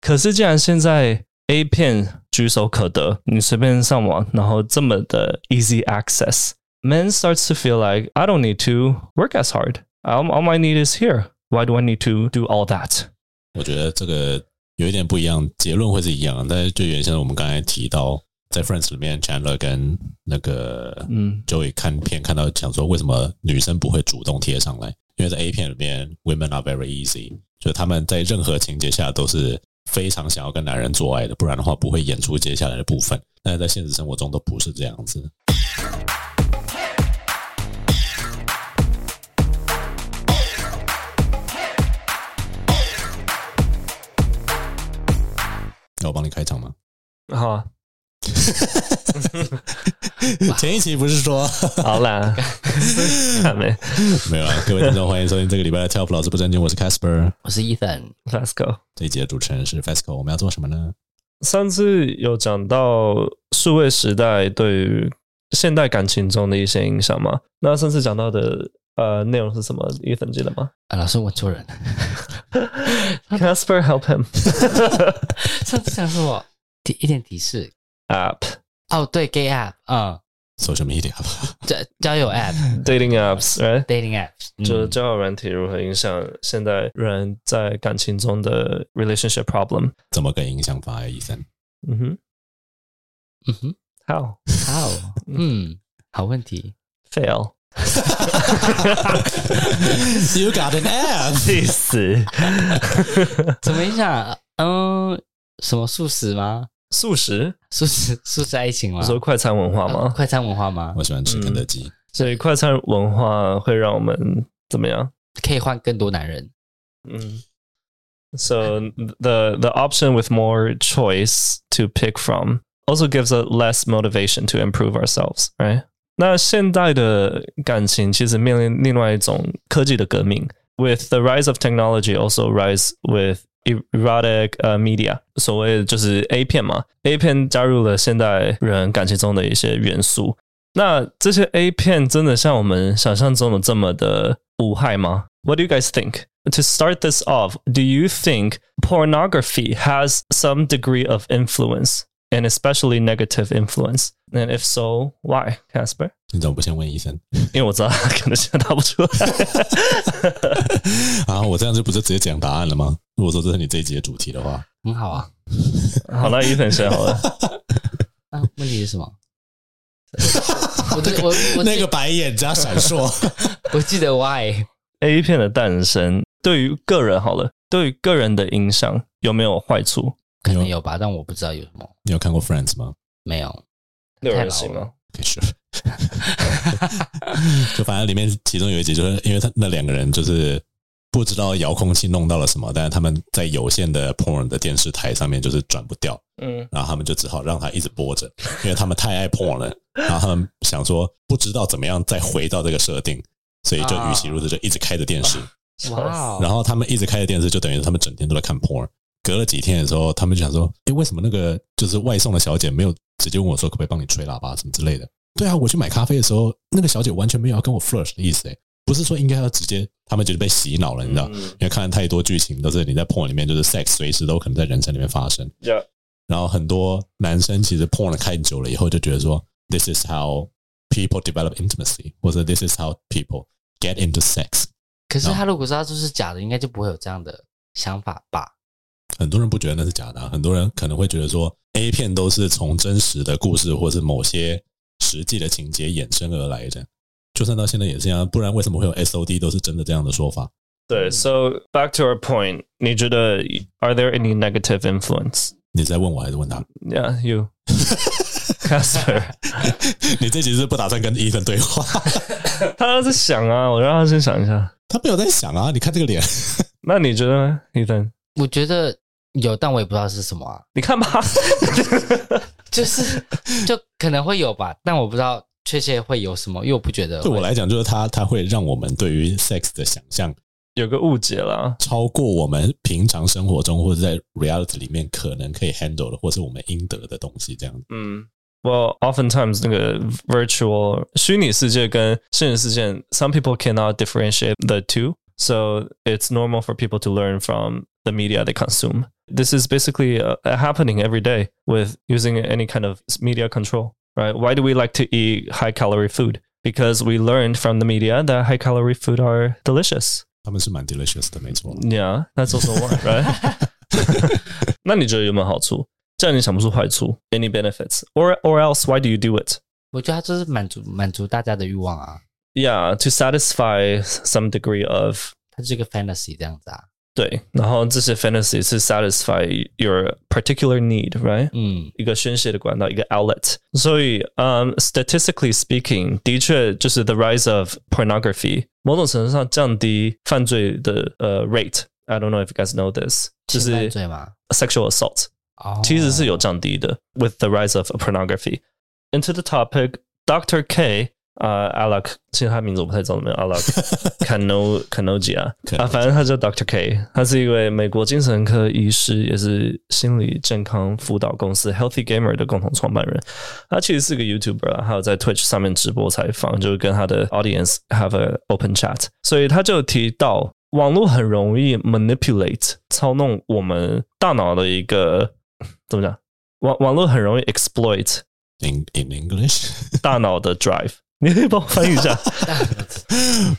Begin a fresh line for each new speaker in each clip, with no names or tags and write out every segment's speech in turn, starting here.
可是既然现在 A 片举手可得，你随便上网，然后这么的 easy access。Men starts to feel like I don't need to work as hard. All, all my need is here. Why do I need to do all that?
我觉得这个有一点不一样，结论会是一样，但是就原先我们刚才提到，在 Friends 里面，Chandler 跟那个
嗯
Joey 看片看到想说，为什么女生不会主动贴上来？因为在 A 片里面，women are very easy，就是他们在任何情节下都是非常想要跟男人做爱的，不然的话不会演出接下来的部分。但是在现实生活中都不是这样子。要我帮你开场吗？
好啊，
前一期不是说
好 啦，看没
没有啊，各位听众，欢迎收听这个礼拜的 Top 老师不正经，我是 Casper，
我是 Ethan，
？Let's go。
这一集的主持人是 Fesco，我们要做什么呢？
上次有讲到数位时代对于现代感情中的一些影响嘛？那上次讲到的呃内容是什么？Ethan 记得 吗
啊，老师我做 人。
？Casper help him
上次想说我提一点提示
app
哦，对，gay app，嗯，
social media 吧。
交交友 app，dating
dating apps right？
app，嗯
就是哎交友软体如何影响现代人在感情中的 relationship problem？
怎么个影响法呀，医生？
嗯哼
嗯哼，
，how
好，嗯，好问题，
fail？
you got an app？
气死！
怎么影响 啊？嗯，什么素食吗？
素食，
素食素食爱情吗
你？说快餐文化
啊
吗？
快餐文化吗？
我喜欢吃肯德基，
所以快餐文化会让我们怎么样？
可以换更多男人，
Mm. So the the option with more choice to pick from also gives us less motivation to improve ourselves, right? 那现代的感情其实面临另外一种科技的革命。With the rise of technology, also rise with erotic uh, media，所谓就是 A 片嘛，A 片加入了现代人感情中的一些元素。那这些 A 片真的像我们想象中的这么的无害吗？What do you guys think? To start this off, do you think pornography has some degree of influence, and especially negative influence? And if so, why, Casper?
你怎么不先问医生？
因为我知道他可能现在答不出来。
啊，我这样就不是直接讲答案了吗？如果说这是你这一集的主题的话，
很好 啊。
好，那一粉先好了。
啊，问题是什 么？我记我我
那
记
个白眼加闪 烁，
我记得 why
A 片的诞生对于个人好了，对于个人的影响有没有坏处？
可能有吧，但我不知道有什么
你有看过 Friends 吗
没有。
六
太
人
老
行
了
吗？
？OK，是、 就反正里面其中有一集，就是因为他那两个人就是不知道遥控器弄到了什么，但是他们在有线的 porn 的电视台上面就是转不掉，
嗯，
然后他们就只好让他一直播着，因为他们太爱 porn 了。然后他们想说，不知道怎么样再回到这个设定，所以就
啊
与其如此，就一直开着电视。
哇哦，
然后他们一直开着电视，就等于他们整天都在看 porn。隔了几天的时候，他们就想说，诶，为什么那个就是外送的小姐没有直接问我说可不可以帮你吹喇叭什么之类的？对啊，我去买咖啡的时候，那个小姐完全没有要跟我 flush 的意思，诶，欸不是说应该要直接，他们觉得被洗脑了，你知
嗯
道？因为看了太多剧情都是你在 porn 里面，就是 sex 随时都可能在人生里面发生。
Yeah.
然后很多男生其实 porn 看久了以后就觉得说，this is how people develop intimacy，或者 this is how people get into sex。
可是他如果知道这是假的，应该就不会有这样的想法吧？
很多人不觉得那是假的啊、很多人可能会觉得说 A 片都是从真实的故事或是某些实际的情节衍生而来的，就算到现在也是这样，啊不然为什么会有 SOD 都是真的这样的说法？
对，So back to our point，你觉得 Are there any negative influence?
你是在问我还是问他？
Yeah, you, Casper。
你这集是不打算跟 Ethan 对话？
他在想啊，我让他先想一下。
他没有在想啊，你看这个脸，
那你觉得呢，Ethan？
我觉得有，但我也不知道是什么啊，
你看吧，
就是 就可能会有吧，但我不知道确切会有什么，因为我不觉得。
对我，来讲就是他，他会让我们对于 sex 的想象
有个误解啦。
超过我们平常生活中或者在 reality 里面可能可以 handle 的，或是我们应得的东西，这样子。
嗯，Well, oftentimes 那个 virtual 虚拟世界跟现实世界，some people cannot differentiate the two, so it's normal for people to learn from the media they consume. This is basically uh, happening every day with using any kind of media control, right? Why do we like to eat high calorie food? Because we learned from the media that high calorie food are delicious.
他们是蛮 delicious 的，没错。
Yeah, that's also one, right? 那你觉得有没有好处？这样你想不出坏处，any benefits? Or or else why do you do it?
我觉得他就是满足满足大家的欲望啊，
Yeah, to satisfy some degree of
他就是一个 fantasy 这样子啊，
对，然后这些 fantasy 是 satisfy your particular need, right?
嗯，
一个宣泄的管道，一个 outlet。所以，嗯、um,，statistically speaking，的确就是 the rise of pornography，某种程度上降低犯罪的呃 rate。I don't know if you guys know this，
侵犯
就是
罪吗？
sexual assault。
哦，
其实是有降低的 with the rise of pornography. Into the topic, Dr. K, uh, Alec, 其实他名字我不太知道怎么样，Alec Cano Canogia 啊，反正他叫 Dr. K，他是一位美国精神科医师，也是心理健康辅导公司 Healthy Gamer 的共同创办人。他其实是个 YouTuber 啦，还有在 Twitch 上面直播采访，就是跟他的 audience have a open chat。所以他就提到，网络很容易 manipulate 操弄我们大脑的一个怎么讲？网网络很容易 exploit
In in English，
大脑的 drive。你可以帮我翻译一下？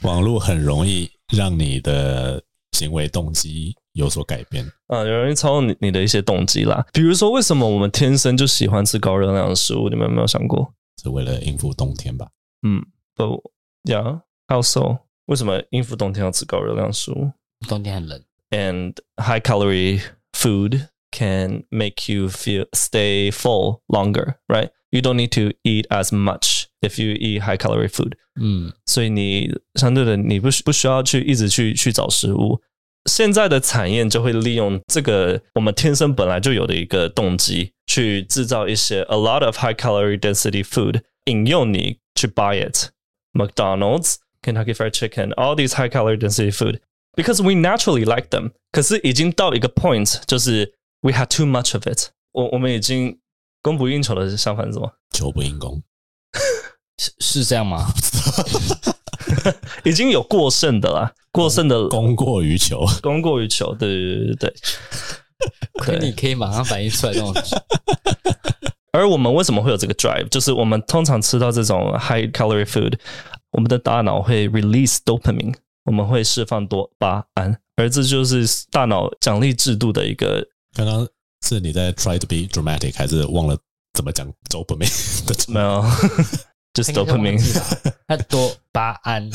网络很容易让你的行为动机有所改变。
啊，有人操控你你的一些动机啦，比如说为什么我们天生就喜欢吃高热量的食物？你们有没有想过？
是为了应付冬天吧？
嗯，不，Yeah，还有 so，为什么应付冬天要吃高热量食物
冬天很冷，
？And high calorie food can make you feel stay full longer, right? You don't need to eat as much if you eat high calorie food.
嗯，
所以你相对的，你不需不需要去一直去去找食物。现在的产业就会利用这个我们天生本来就有的一个动机，去制造一些 a lot of high calorie density food，引诱你去 buy it。McDonald's, Kentucky Fried Chicken, all these high calorie density food because we naturally like them. 可是已经到一个 point，就是 we had too much of it 我。我们已经供不应求的相反是什么？
求不应公，
是是这样吗？
已经有过剩的啦，过剩的
供过于求。
供过于求，对对对对对。
可你可以马上反应出来那种，
而我们为什么会有这个 drive？就是我们通常吃到这种 high calorie food，我们的大脑会 release dopamine，我们会释放多巴胺，而这就是大脑奖励制度的一个
刚刚是你在 try to be dramatic，还是忘了怎么讲 dopamine 的？
没有， 就是
应该忘
dopamine。
记 了那多巴胺，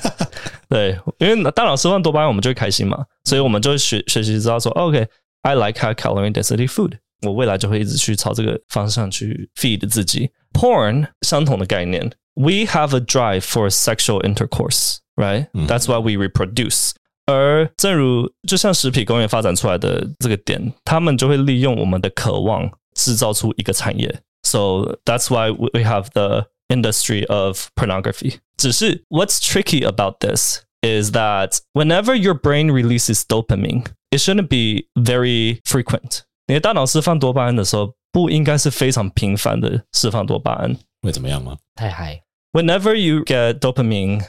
对，因为大脑释放多巴胺，我们就会开心嘛，所以我们就会学学习知道说、哦、，OK，I、like high calorie density food，我未来就会一直去朝这个方向去 feed 自己。Porn 相同的概念，We have a drive for sexual intercourse，right？、
嗯
That's why we reproduce。而正如就像食品工业发展出来的这个点，他们就会利用我们的渴望制造出一个产业。So that's why we we have the industry of pornography. 只是 what's tricky about this is that whenever your brain releases dopamine, it shouldn't be very frequent. 你的大脑释放多巴胺的时候，不应该是非常频繁的释放多巴胺。
会怎么样吗？
太嗨，
whenever you get dopamine,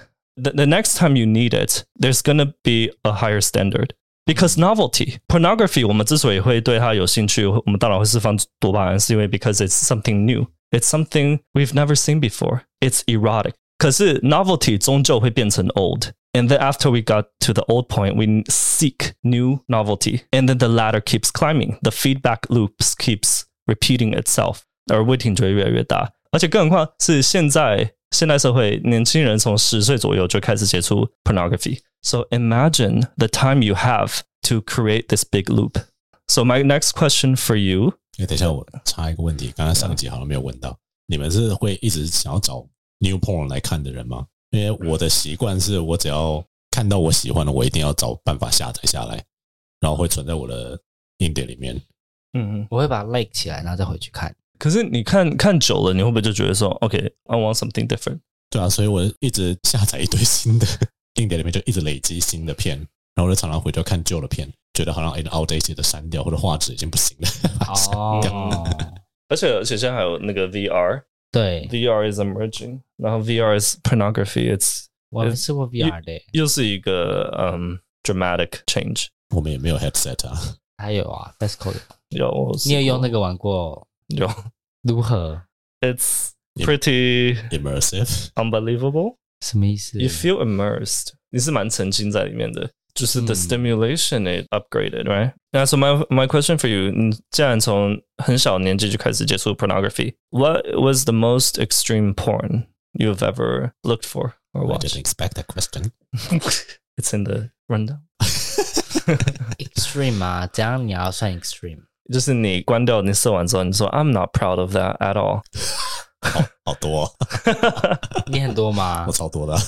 the, the next time you need it, there's going to be a higher standard. Because novelty, pornography, 我们之所以会对它有兴趣，我们大脑会释放多巴胺，是因为 because it's something new. It's something we've never seen before. It's erotic. 可是 novelty 终究会变成 old. And then after we got to the old point, we seek new novelty. And then the ladder keeps climbing. The feedback loops keeps repeating itself. 而问题就会越来越大。而且更何况是现在现代社会，年轻人从十岁左右就开始接触 pornography。So imagine the time you have to create this big loop. So my next question for you,
哎，等一下，我插一个问题，刚刚上集好像没有问到，你们是会一直想要找 new porn 来看的人吗？因为我的习惯是我只要看到我喜欢的，我一定要找办法下载下来，然后会存在我的硬碟里面。
嗯，
我会把它 like 起来，然后再回去看。
可是你看看久了，你会不会就觉得说，OK，I、want something different？
对啊，所以我一直下载一堆新的 硬碟，里面就一直累积新的片，然后我就常常回头看旧的片，觉得好像 in outdated 的删掉，或者画质已经不行了。
哦，
而且而且现在还有那个 VR，VR
对，
is emerging，然后 VR is pornography，it's
我们是过 VR 的耶，
又是一个嗯、dramatic change。
我们也没有 headset 啊，
它有啊，Tesco 有。
有
你有用那个玩过？
有
如何？
？It's pretty
immersive，
unbelievable
什么意思
You feel immersed，你是蛮沉浸在里面的。就是 the
嗯
stimulation is upgraded, right? Now, so my my question for you，你既然从很小年纪就开始接触 pornography，what was the most extreme porn you've ever looked for or
I didn't
watched?
expect that question。
It's in the rundown.
extreme 啊？怎样你要算 extreme？
就是你关掉，你射完之后，你说 I'm not proud of that at all。
好多、哦，
你很多吗
我？ 超多的。啊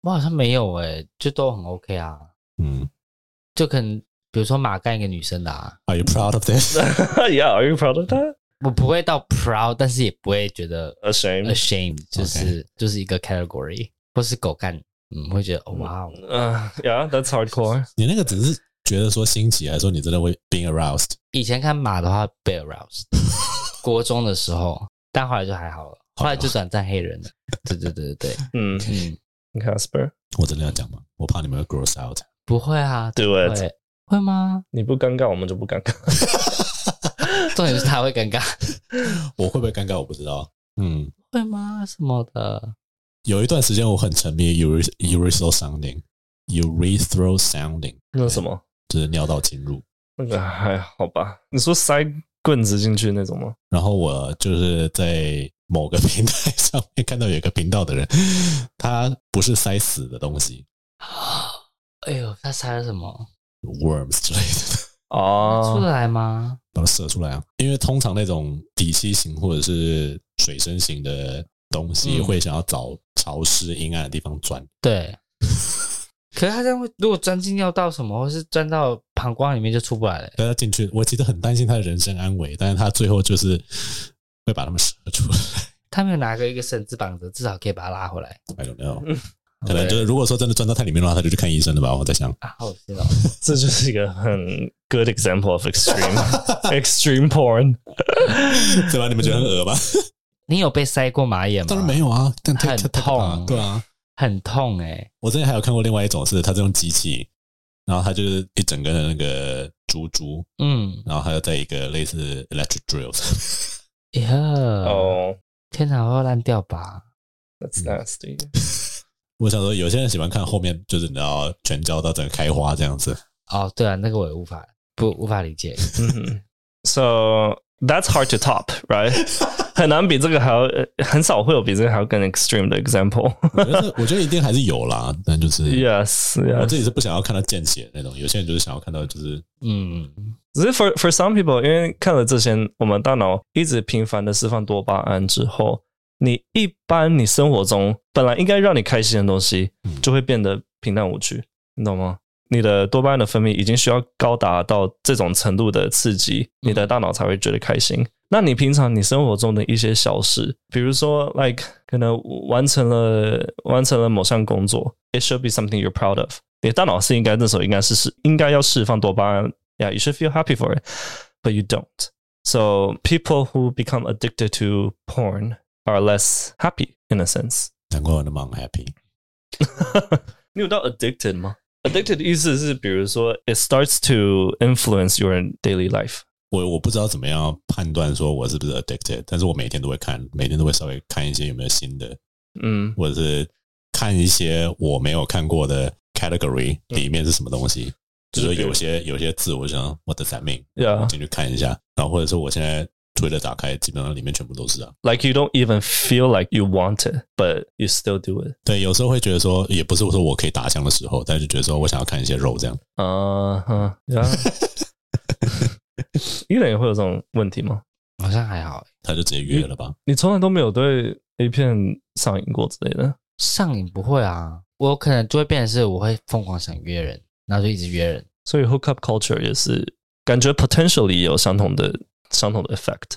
我好像没有诶、就都很 OK 啊。
嗯
就可能比如说马干一个女生的啊，
，Are you proud of this？
yeah, are you proud of that?
我不会到 proud，但是也不会觉得
Ashamed.
ashamed，就是就是一个 category，或是狗干，嗯，会觉得哦哇哦，
Uh, yeah, that's hardcore.
你那个只是觉得说新奇，还是说你真的会 being aroused？
以前看马的话被 aroused，国中的时候，但后来就还好了，后来就转战黑人了。对对对对对，
嗯
嗯，
Hmm, ，Casper，
我真的要讲吗？我怕你们会 gross out。
不会啊，
Do
不
it.
会会吗？
你不尴尬，我们就不尴尬。
重点是他会尴尬，
我会不会尴尬？我不知道。嗯，
会吗？什么的，
有一段时间我很沉迷 ure- urethral sounding，urethral sounding
那什么？
就是尿道进入。
那个还好吧？你说塞棍子进去那种吗？
然后我就是在某个平台上面看到有一个频道的人，他不是塞死的东西
哎呦，他塞了什么？
，worms 之类的，
出
哦，
得来吗？
把它射出来啊。因为通常那种底栖型或者是水生型的东西，
嗯
会想要找潮湿阴暗的地方钻。
对。 可是他这样会，如果钻进尿道什么，或是钻到膀胱里面就出不来了、
但他进去，我其实很担心他的人身安危，但是他最后就是会把他们射出来。
他没有拿个一个绳子绑着，至少可以把它拉回来。
I don't know，
嗯
可能就是如果说真的钻到太里面的话，他就去看医生了吧？我在想，
啊，好恶心哦！
这就是一个很 good example of extreme extreme porn。
对吧？你们觉得很恶吧？
你有被塞过马眼吗？
当然没有啊，但太
很
太太可怕了
痛
对啊。
很痛哎、
我之前还有看过另外一种是，他是用机器，然后他就是一整根的那个珠珠，
嗯，
然后还有在一个类似 electric drill 上面。
耶、哦，
哦
天哪，会烂掉吧？
Oh, ，that's nasty。
我想说，有些人喜欢看后面，就是你知道全焦到整个开花这样子。
哦，对啊，那个我也无法不无法理解。
嗯，so that's hard to top, right？很难比这个还要，呃很少会有比这个还要更 extreme 的 example。
我觉得，我觉得一定还是有啦，但就是
yes,
我
yes.
自己是不想要看到见血的那种，有些人就是想要看到就是
嗯，
只是 for for some people，因为看了这些，我们大脑一直频繁的释放多巴胺之后，你一般你生活中本来应该让你开心的东西
嗯，
就会变得平淡无趣，你懂吗？你的多巴胺的分泌已经需要高达到这种程度的刺激，你的大脑才会觉得开心。那你平常你生活中的一些小事，比如说，like 可能完成了完成了某项工作，it should be something you're proud of。你的大脑是应该那时候应该是是应该要释放多巴胺，yeah you should feel happy for it, but you don't. So people who become addicted to porn are less happy in a sense.
难怪我那么 unhappy。
你有到 addicted 吗？addicted 的意思是，比如说 it starts to influence your daily life。
我我不知道怎么样判断说我是不是 addicted，但是我每天都会看，每天都会稍微看一些有没有新的，
嗯
或者是看一些我没有看过的 category 里面是什么东西。
就
就是是
比如
有些有些字，我就想 what does that mean？
，yeah。
进去看一下，然后或者是我现在推的打开，基本上里面全部都是啊。
like you don't even feel like you want it, but you still do it.
对，有时候会觉得说，也不是我说我可以打枪的时候，但是觉得说我想要看一些肉这样。
Uh huh. Yeah. 依然也会有这种问题吗？
好像还好、
他就直接约了吧。
你从来都没有对 A 片上瘾过之类的？
上瘾不会啊，我可能就会变成是我会疯狂想约人，然后就一直约人。
所以 hookup culture 也是感觉 potentially 有相同的相同的 effect。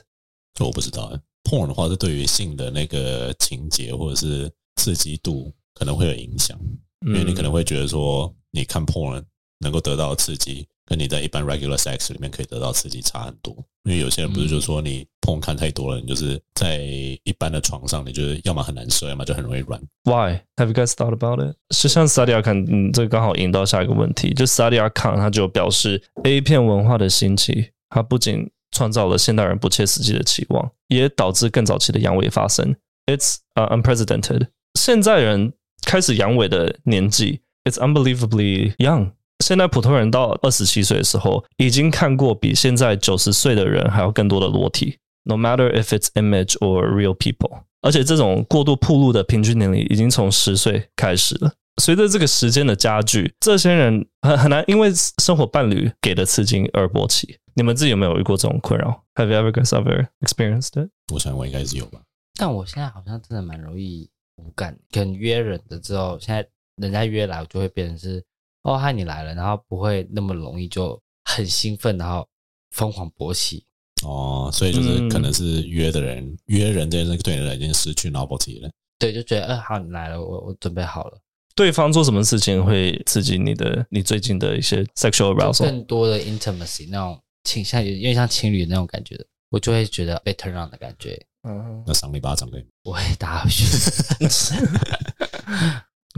这我不知道、欸。porn 的话，是对于性的那个情节或者是刺激度可能会有影响，因为你可能会觉得说，你看 porn 能够得到的刺激，跟你在一般 regular sex 里面可以得到的刺激差很多。因为有些人不是就说你碰看太多了，你就是在一般的床上，你就是要么很难睡，要么就很容易软。
Why have you guys thought about it？是像 Sadia Khan，嗯，这刚好引到下一个问题，就 Sadia Khan 他就表示，A 片文化的兴起，它不仅创造了现代人不切实际的期望，也导致更早期的阳痿发生。It's、uh, unprecedented。现在人开始阳痿的年纪，It's unbelievably young。现在普通人到二十七岁的时候，已经看过比现在九十岁的人还要更多的裸体。no matter if it's image or real people。而且这种过度暴露的平均年龄已经从十岁开始了。随着这个时间的加剧，这些人很很难因为生活伴侣给的刺激而勃起。你们自己有没有遇过这种困扰？Have you ever guys ever experienced it？
我想我应该是有吧。
但我现在好像真的蛮容易无感，跟约人的之后，现在人家约来，我就会变成是哦嗨你来了，然后不会那么容易就很兴奋，然后疯狂勃起。
哦，所以就是可能是约的人，约人这件事对你来讲已经失去脑波体了。
对，就觉得，嗯、好，你来了，我我准备好了。
对方做什么事情会刺激你的你最近的一些 sexual
就
arousal？
更多的 intimacy 那种倾向，有点像情侣那种感觉的，我就会觉得呃被 turn on 的感觉，
嗯
那赏你巴掌可以吗？
我会打回去。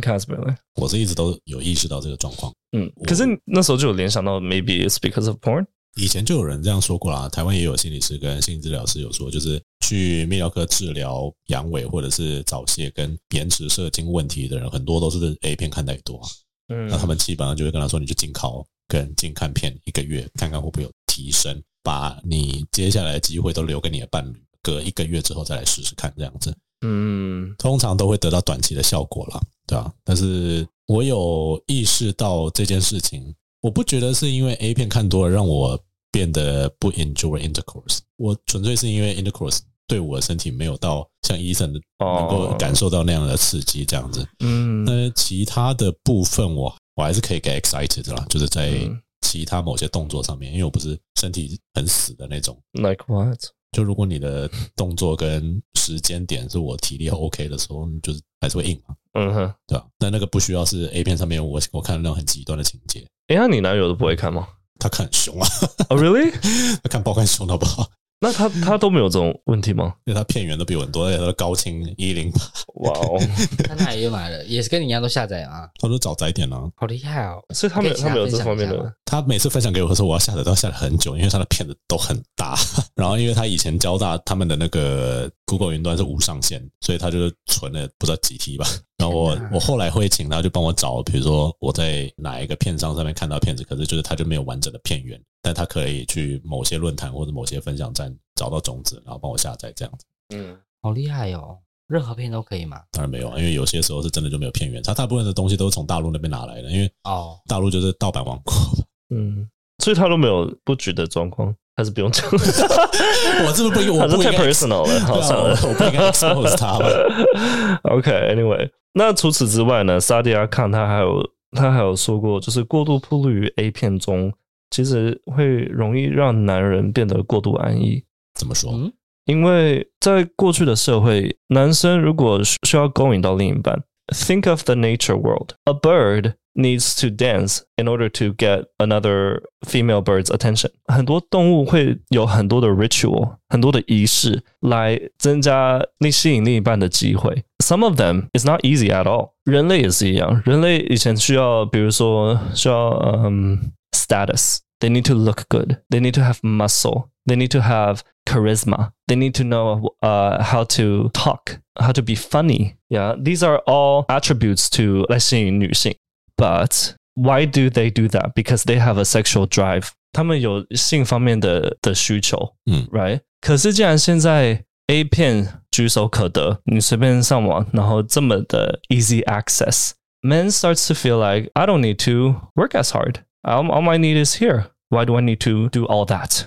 ，Casper，
我是一直都有意识到这个状况。
嗯，可是那时候就有联想到，maybe it's because of porn。
以前就有人这样说过啦，台湾也有心理师跟心理治疗师有说，就是去泌尿科治疗阳痿或者是早泄跟延迟射精问题的人，很多都是 A 片看太多啊、
嗯
那他们基本上就会跟他说，你就禁靠跟禁看片一个月，看看会不会有提升，把你接下来的机会都留给你的伴侣，隔一个月之后再来试试看这样子。
嗯
通常都会得到短期的效果啦，对啊。但是我有意识到这件事情，我不觉得是因为 A 片看多了让我变得不 enjoy intercourse，我纯粹是因为 intercourse 对我的身体没有到像医生能够
哦，
感受到那样的刺激这样子。
嗯
那其他的部分我我还是可以给 excited 啦，就是在
嗯
其他某些动作上面，因为我不是身体很死的那种。
，like what？
就如果你的动作跟时间点是我体力 OK 的时候，就是还是会硬嘛。
嗯哼，
对吧、那那个不需要是 A 片上面我我看到那种很极端的情节，
哎，那你男友都不会看吗？
他看很凶啊，
哦、r e a l l y
他看爆看凶好不好？
那他他都没有这种问题吗？
因为他片源都比我很多，而且他的高清一零八，
哇哦！
但他也买了，也是跟你一样都下载啊，
他说找窄点啊。
好厉害哦！
所以他们
可以
他们有这
分享
方面
一下
的
吗，
他每次分享给我的时候，我要下载都要下载很久，因为他的片子都很大。 然后因为他以前交大他们的那个 Google 云端是无上限，所以他就是存了不知道几 T 吧。 然后我
天哪
我后来会请他就帮我找，比如说我在哪一个片商上面看到片子，可是就是他就没有完整的片源，但他可以去某些论坛或者某些分享站找到种子，然后帮我下载这样子。
嗯，
好厉害哦！任何片都可以嘛？
当然没有啊，因为有些时候是真的就没有片源， 他大部分的东西都是从大陆那边拿来的，因为
哦，
大陆就是盗版王国。
嗯，所以他都没有不举的状况，还是不用讲，
我是不是不应
好
我
像
不应
太
该
personal 了，好
对啊
算 了
我我不应该 expose 他吧。
OK，Anyway，、那除此之外呢，萨迪亚康他还有他还有说过，就是过度暴露于 A 片中，其实会容易让男人变得过度安逸。
怎么说？
嗯，
因为在过去的社会，男生如果需要勾引到另一半，think of the nature world. A bird needs to dance in order to get another female bird's attention. 很多动物会有很多的 ritual，很多的仪式来增加那吸引另一半的机会。Some of them is not easy at all. 人类也是一样，人类以前需要，比如说需要嗯 status. They need to look good. They need to have muscle. They need to have charisma. They need to know uh, how to talk, how to be funny. Yeah, these are all attributes to 来吸引女性. But why do they do that? Because they have a sexual drive. 他们有性方面的的需求。
嗯。
right？可是既然现在 A 片举手可得，你随便上网，然后这么的 easy access。Men starts to feel like I don't need to work as hard. All, all my need is here. Why do I need to do all that?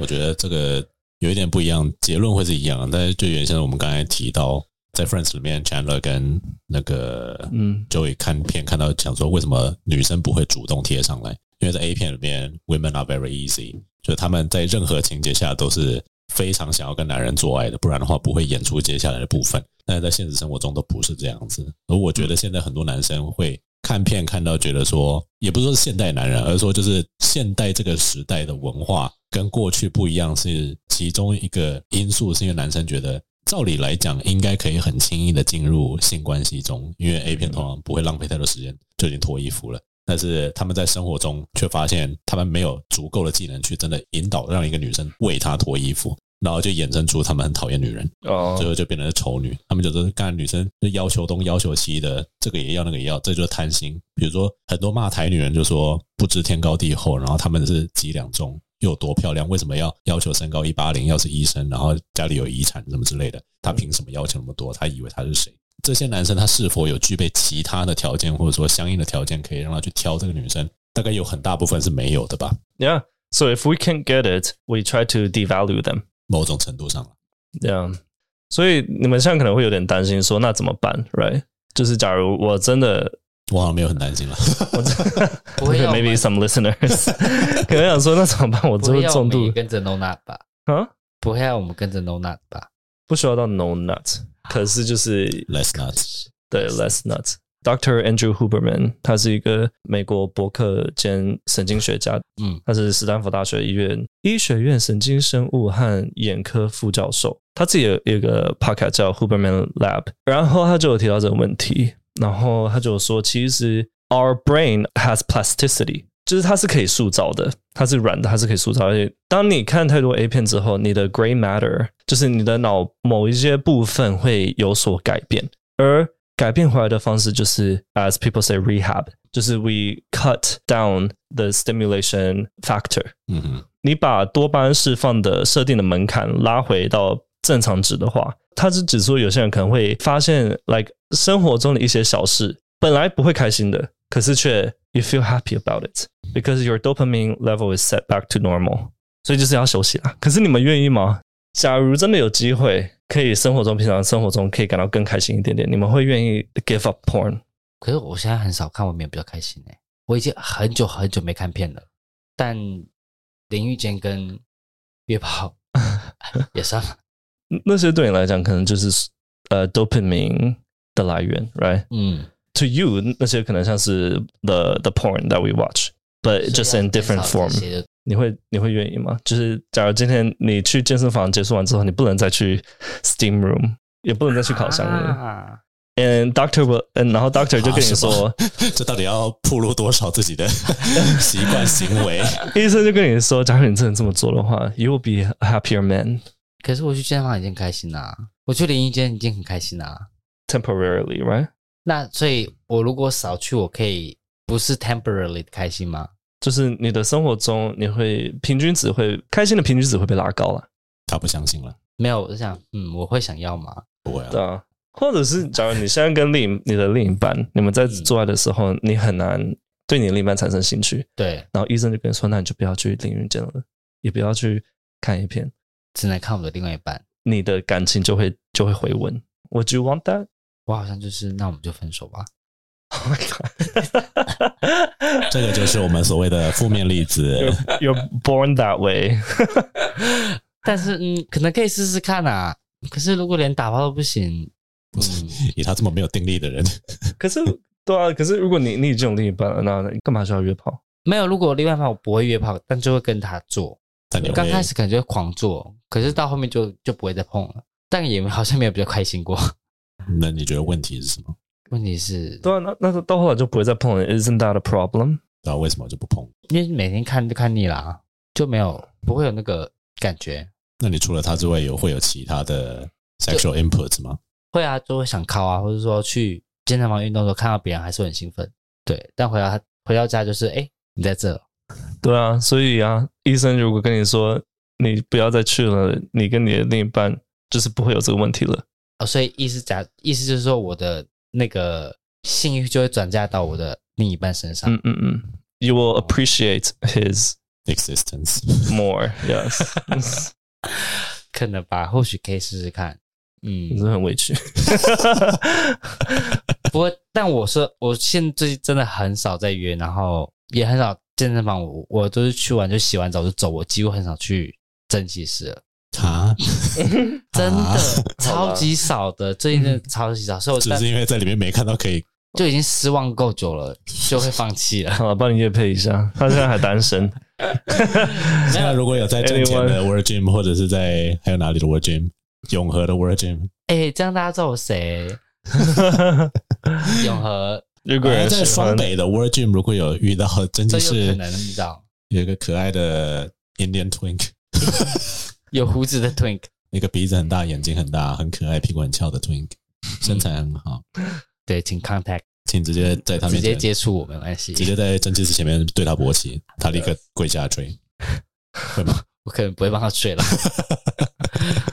我觉得这个有一点不一样，结论会是一样的，但是就原先我们刚才提到，在 Friends 里面，Chandler 跟那个
嗯
Joey 看片看到讲说，为什么女生不会主动贴上来？因为在 A 片里面，women are very easy，就是他们在任何情节下都是非常想要跟男人做爱的，不然的话不会演出接下来的部分。但是在现实生活中都不是这样子，而我觉得现在很多男生会看片看到觉得说，也不是说是现代男人，而是说就是现代这个时代的文化跟过去不一样，是其中一个因素，是因为男生觉得。照理来讲，应该可以很轻易的进入性关系中，因为 A 片通常不会浪费太多时间就已经脱衣服了。但是他们在生活中却发现，他们没有足够的技能去真的引导让一个女生为他脱衣服，然后就衍生出他们很讨厌女人。
哦
最后就变成是丑女。他们就是干女生就要求东要求西的，这个也要那个也要，这就是贪心。比如说很多骂台女人就说不知天高地厚，然后他们是几两重又有多漂亮，为什么要要求身高一八零，要是医生，然后家里有遗产什么之类的，他凭什么要求那么多？他以为他是谁？这些男生他是否有具备其他的条件，或者说相应的条件可以让他去挑这个女生？大概有很大部分是没有的吧，
yeah. So if we can get it, we try to devalue them.
某种程度上了。
Yeah，所以你们现在可能会有点担心说那怎么办，right？就是假如我真的，
我好像没有很担心了。
我真
不会
Okay,
要
maybe
我
some listeners 可能想说那怎么办？我
不
就
会
会
要我
重
们也
度
跟着 No Nut 吧？
啊，
不会要我们跟着 No Nut 吧？
不需要到 no nut，可是就是
Let's not。
对 less nuts。Dr. Andrew Huberman，他是一个美国伯克兼神经学家，
嗯，
他是斯坦福大学医院医学院神经生物和眼科副教授。他自己有有一个 podcast 叫 Huberman Lab，然后他就有提到这个问题，然后他就有说，其实 our brain has plasticity，就是它是可以塑造的，它是软的，它是可以塑造的。而且当你看太多 A 片之后，你的 gray matter，就是你的脑某一些部分会有所改变。而改变回来的方式就是 as people say rehab，就是 we cut down the stimulation factor。
嗯哼，
你把多巴胺释放的设定的门槛拉回到正常值的话，它是指出有些人可能会发现，like 生活中的一些小事本来不会开心的，可是却 you feel happy about it because your dopamine level is set back to normal。所以就是要休息啦。可是你们愿意吗？假如真的有机会，可以生活中平常生活中可以感到更开心一点点，你们会愿意 give up porn？
可是我现在很少看文面，比较开心哎、我已经很久很久没看片了，但淋浴间跟 约炮也算吧。
那些对你来讲可能就是呃 dopamine 的来源，right？
嗯
to you 那些可能像是 the the porn that we watch, but 呃 just in different
所以
form
要减少这。些的
你会你会愿意吗？就是假如今天你去健身房结束完之后，你不能再去 steam room，也不能再去烤箱了。
啊
And doctor will，嗯，然后 doctor 就跟你说，
这到底要暴露多少自己的 习惯行为？
医生就跟你说，假如你真的这么做的话，you will be a happier man
可是我去健身房已经很开心啦、我去淋浴间已经很开心啦、
temporarily, right？
那所以，我如果少去，我可以不是 temporarily 的开心吗？
就是你的生活中，你会平均值会开心的平均值会被拉高了。
他不相信了，
没有，我就想，嗯，我会想要吗？
不会啊
对。啊，或者是假如你现在跟另你的另一半，你们在做爱的时候，你很难对你的另一半产生兴趣，
对，
然后医生就跟你说，那你就不要去淋浴间了，也不要去看影片，
只能看我的另外一半。
你的感情就会就会回温。Would you want that?
我好像就是，那我们就分手吧。
Oh my god!
这个就是我们所谓的负面例子。
You're, you're born that way.
但是，嗯，可能可以试试看啊。可是如果连打炮都不行，
不是
嗯，
以他这么没有定力的人，
可是，对啊，可是如果你你已经有另一半了，那你干嘛需要约炮？
没有。如果另外一半我不会约炮，但就会跟他做。
但你
刚
会
开始可能就会狂做，可是到后面就就不会再碰了。但也好像没有比较开心过。
那你觉得问题是什么？
问题是，
对啊，那那到后来就不会再碰了。Isn't that a problem?
然后为什么就不碰？
因为每天看就看腻了、啊，就没有不会有那个感觉。
那你除了他之外，有会有其他的 sexual input 吗？
会啊，就会想靠啊，或者说去健身房运动的时候看到别人还是会很兴奋。对，但回到回到家就是，哎、你在这，
对啊，所以啊，医生如果跟你说你不要再去了，你跟你的另一半就是不会有这个问题了。
哦，所以意思假意思就是说我的那个性欲就会转嫁到我的另一半身上。
嗯嗯嗯，You will appreciate his
existence，
more. Yes，
可能吧，或许可以试试看。
你
嗯，
是很委屈。
不过但我是我现在真的很少在约，然后也很少健身房，我我都是去完就洗完澡就走，我几乎很少去蒸汽室了。
啊，
真的、
啊
嗯
超级少的，最近真的超级少，所以我
只
但
是因为在里面没看到可以
就已经失望够久了，就会放弃 了。
好了，帮你夜配一下，他现在还单身。
现在如果有在挣钱的 Word Gym，或者是在还有哪里的 Word Gym，永和的 Word Gym，
哎、这样大家知道我谁？ 永和，
如果有
呃
人
在
喜欢
双，北的 Word Gym，如果有遇到，真
这
的
有可
是
能遇到
有一个可爱的 Indian Twink，
有胡子的 Twink，
一个鼻子很大，眼睛很大，很可爱，屁股很翘的 Twink，身
嗯
材很好，
对，请 contact，
请直接在他
直
面
接
前
接触我没关系，
直接在蒸汽室前面对他勃起，他立刻跪下追。
我可能不会帮他 睡了，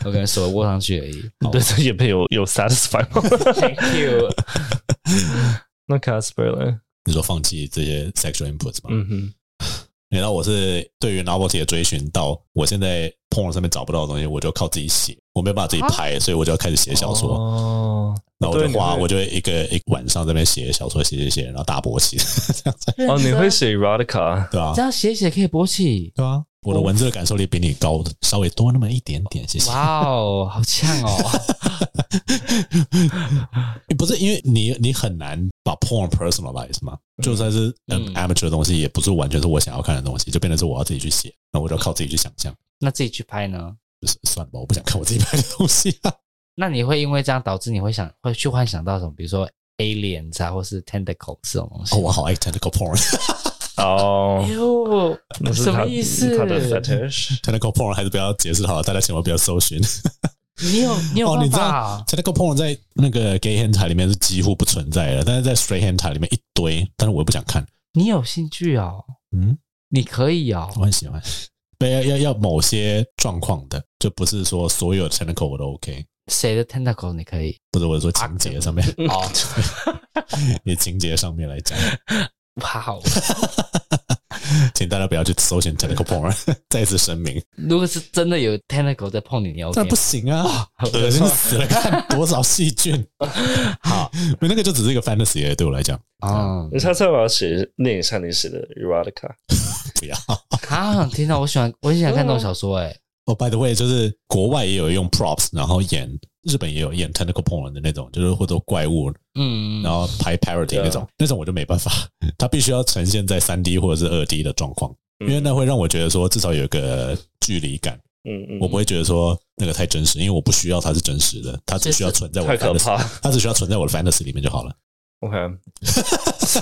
我可能手握上去而已。
对这夜配有有 satisfy 吗
Thank you，
那 Casper 呢？
你说放弃这些 sexual inputs 吗？
嗯哼，
然后我是对于 novelty 的追寻到，我现在 porn 上面找不到的东西，我就靠自己写，我没有办法自己拍，所以我就要开始写小说。
啊哦
然后我
对
就花，
你会
我就会一个一个晚上在那边写小说，写写写，然后大勃起， 这样子，
哦，你会写 erotica，
对啊
这，样写一写可以勃起，
对啊，我的文字的感受力比你高的稍微多那么一点点，谢谢。
哇哦，好呛哦！
不是因为你你很难把 porn personalize 嘛，就算是嗯
嗯
amateur 的东西，也不是完全是我想要看的东西，就变成是我要自己去写，那我就要靠自己去想象，
那自己去拍呢？
就是算了吧，我不想看我自己拍的东西啊。
那你会因为这样导致你会想会去幻想到什么？比如说 aliens 啊，或是 tentacle 这种东 西
哦，。我好爱 tentacle porn，tentacle
哦
哎，呦，
那是
什么
他
意思
他的 fetish，
porn 还是不要解释好了，大家千万不要搜 寻。
你有你有
哦
办
你知
法
道
啊？
tentacle porn 在那个 gay hentai 里面是几乎不存在的，但是在 straight hentai 里面一堆，但是我又不想看。
你有兴趣哦？
嗯，
你可以哦。
我很喜欢。对，要要要某些状况的，就不是说所有 tentacle 我都 OK，
谁的 tentacle 你可以？
或者我说情节上面，
哦，
以情节上面来讲，
哇哦！
请大家不要去搜寻 tentacle porn。再 次声明，
如果是真的有 tentacle 在碰你，你 OK
那
吗
不行啊，恶心死了！看多少细菌。好，没那个就只是一个 fantasy 而已对我来讲，
啊
你下次要不要写念一下你写的 erotica？
不要。
啊！好想听到，我喜欢，我很喜欢看这种小说。哎，
哦、b y the way，就是国外也有用 props，然后演日本也有演 tentacle porn 的那种，就是或者怪物，
哦
嗯，
然后拍
啊
parody 那种，那种我就没办法，它必须要呈现在三 D 或者是二 D 的状况，因为那会让我觉得说至少有一个距离感，
嗯嗯，
我不会觉得说那个太真实，因为我不需要它是真实的，它只需要存在我
太
的
可
fantasy，
怕。
它只需要存在我的 fantasy 里面就好了。
OK，thanks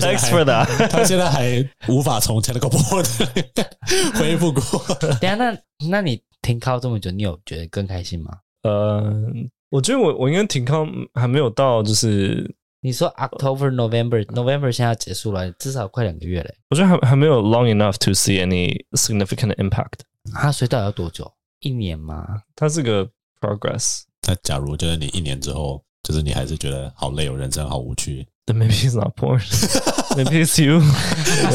现在
for
还
that。
他现在还无法从 tentacle porn 恢复过，
等一下，那那你停靠这么久，你有觉得更开心吗？
呃，我觉得我我应该挺康还没有到，就是
你说 October、November、November 现在要结束了，至少快两个月嘞。
我觉得还还没有 long enough to see any significant impact。
啊，所以到底要多久？一年吗？
它是个 progress。
那假如就是你一年之后，就是你还是觉得好累哦，人生好无趣，
Then maybe it's not porn. maybe it's you.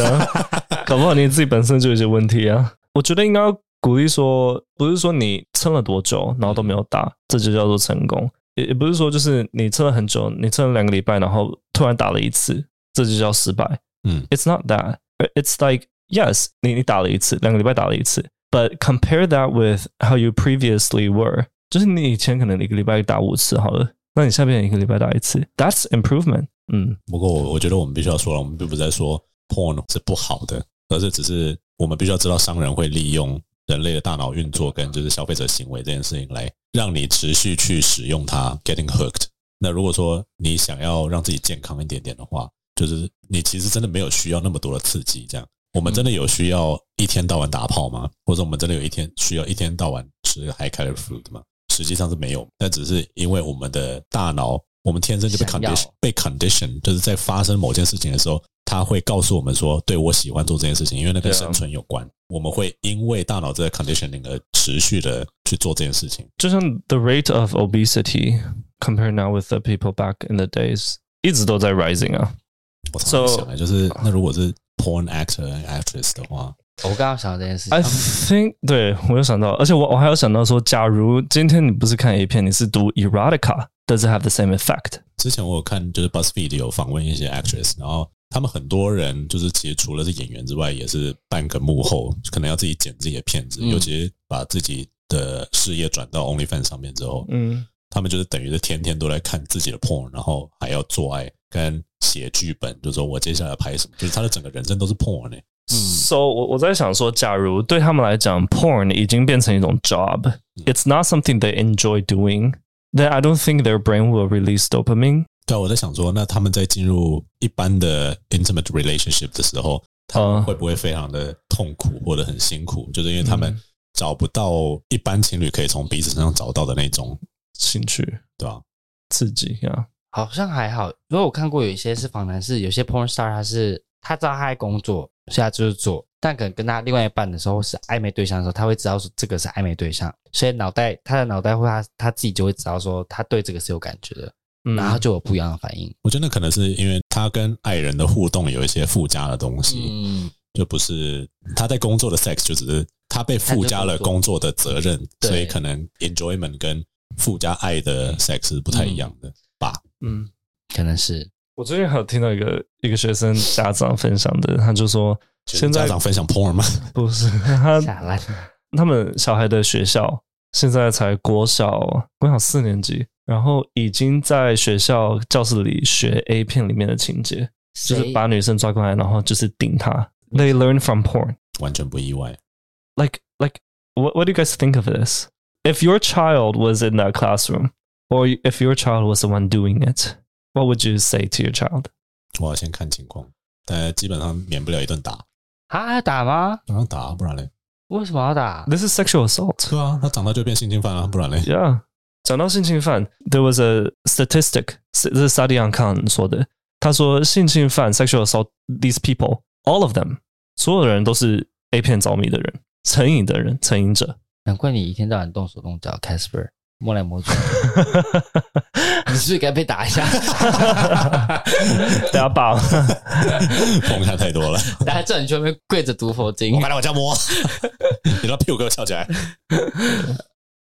搞不好你自己本身就有一些问题啊。我觉得应该要鼓励说，不是说你撑了多久，然后都没有打，这就叫做成功。也也不是说就是你撑了很久，你撑了两个礼拜，然后突然打了一次，这就叫失败。
嗯
，It's not that. It's like yes，你你打了一次，两个礼拜打了一次，but compare that with how you previously were，就是你以前可能一个礼拜打五次好了，那你下边一个礼拜打一次，That's improvement。嗯，
不过我我觉得我们必须要说了，我们并不是在说 porn 是不好的，而是只是我们必须要知道商人会利用人类的大脑运作跟就是消费者行为这件事情来让你持续去使用它，getting hooked。那如果说你想要让自己健康一点点的话，就是你其实真的没有需要那么多的刺激。这样，我们真的有需要一天到晚打炮吗？或者我们真的有一天需要一天到晚吃 high calorie food 吗？实际上是没有，但只是因为我们的大脑，我们天生就被
想要
condition 被 condition，就是在发生某件事情的时候，它会告诉我们说，对我喜欢做这件事情，因为那跟
对啊
生存有关。我们会因为大脑这个 conditioning 而持续的去做这件事情。
就像 the rate of obesity compare now with the people back in the days，一直都在 rising 啊。
我常常
So-
想的就是，那如果是 porn actor and actress 的话，
我刚刚想到这件事
I
情，
think 对我有想到，而且我我还有想到说，假如今天你不是看 A 片，你是读 erotica，does it have the same effect？
之前我有看就是 BuzzFeed 有访问一些 actress，然后他们很多人就是其实除了是演员之外，也是半个幕后，可能要自己剪自己的片子，
嗯
尤其是把自己的事业转到 OnlyFans 上面之后，
嗯，
他们就是等于是天天都在看自己的 porn，然后还要做爱跟写剧本，就是说我接下来拍什么，就是他的整个人生欸都是 porn 呢、
嗯
So 我我在想说，假如对他们来讲，porn 已经变成一种 job，it's、not something they enjoy doing。Then I don't think their brain will release dopamine。
对啊，我在想说，那他们在进入一般的 intimate relationship 的时候，他们
嗯
会不会非常的痛苦或者很辛苦？就是因为他们找不到一般情侣可以从彼此身上找到的那种，
兴趣
对吧、
刺激呀
好像还好，因为我看过有一些是访谈是有些 porn star 他是他知道他在工作，所以他就是做，但可能跟他另外一半的时候是暧昧对象的时候，他会知道说这个是暧昧对象，所以脑袋他的脑袋会他他自己就会知道说他对这个是有感觉的，
嗯
然后就有不一样的反应。
我觉得那可能是因为他跟爱人的互动有一些附加的东西，
嗯，
就不是他在工作的 sex，就只是他被附加了工作的责任，
对嗯
所以可能 enjoyment 跟附加爱的 sex 是不太一样的。
嗯，
可能是
我最近还有听到一个一个学生家长分享的，他就说现在
家长分享 porn 吗？
不是 他
下烂。
他们小孩的学校现在才国小国小四年级，然后已经在学校教室里学 A 片里面的情节，就是
谁
把女生抓过来，然后就是顶她。They learn from porn.
完全不意外。
Like like what what do you guys think of this? If your child was in that classroom, or if your child was the one doing it, what would you say to your child?
我要先看情况，但基本上免不了一顿打，
啊要打吗？
当然打，不然嘞？
为什么要打？
This is sexual assault.
对啊，他长大就变性侵犯啊，不然 嘞？
Yeah. 讲到性侵犯，there was a statistic，是这是 s a d i a n Khan 说的。他说，性侵犯 （sexual assault） these people, all of them，所有的人都是 A 片着迷的人、成瘾的人、成瘾 者。
难怪你一天到晚动手动脚，Casper 摸来摸去，你是不是该被打一下？
大家 棒，
碰他太多 了，
大家叫你去那边跪着读佛经
我。来我家 摸，你的屁股给我翘起来。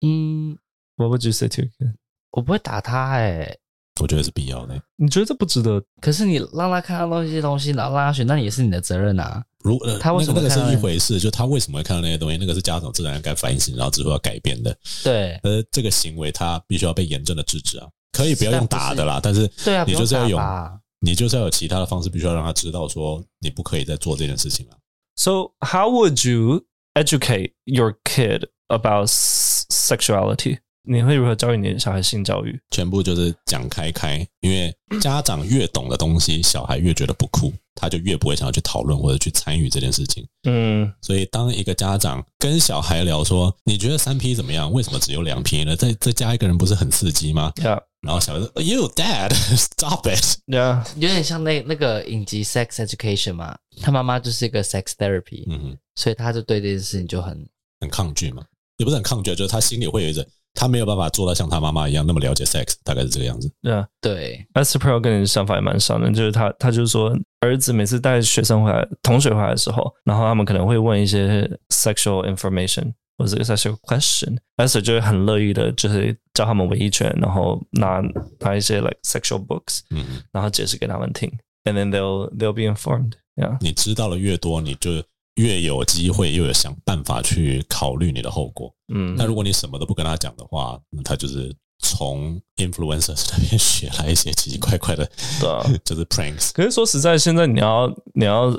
嗯，
What would you say to your kid？
我不会打他哎、
我觉得是必要的。
你觉得这不值得？
可是你让他看到那些东西，然后让他选，那也是你的责任啊。
如呃
他为什么
那个那个
看到
是一
那
回事，就他为什么会看到那些东西，那个是家长自然该反省，然后之后要改变的。
对
呃，这个行为他必须要被严正的制止啊，可以不要用打的啦，但是
对啊，
你就是要
不
有
用打吧
你就是要有其他的方式，必须要让他知道说你不可以再做这件事情了。
So, how would you educate your kid about s- sexuality？你会如何教育你的小孩性教育？
全部就是讲开开，因为家长越懂的东西，小孩越觉得不酷，他就越不会想要去讨论或者去参与这件事情。
嗯
所以，当一个家长跟小孩聊说：“你觉得三 P 怎么样？为什么只有两 P 呢？再再加一个人不是很刺激吗
，Yeah，？”
然后小孩说：“You dad, stop it！”
Yeah，
有点像那那个影集《Sex Education》嘛，他妈妈就是一个 sex therapy，、
嗯哼，
所以他就对这件事情就很
很抗拒嘛，也不是很抗拒，就是他心里会有一种他没有办法做到像他妈妈一样那么了解 sex，大概是这个样子。
yeah。
对
S p r l 跟你的想法也蛮像的，就是他他就是说，儿子每次带学生回来、同学回来的时候，然后他们可能会问一些 sexual information 或者 sexual question，S 就会很乐意的，就是教他们围一圈，然后拿拿一些 like sexual books，
嗯哼，
然后解释给他们听，and then they'll they'll be informed。Yeah，
你知道的越多，你就越有机会，又有想办法去考虑你的后果。
嗯
那如果你什么都不跟他讲的话，那他就是从 influencers 那边学来一些奇奇怪怪的，
对啊
就是 pranks。
可是说实在，现在你要你要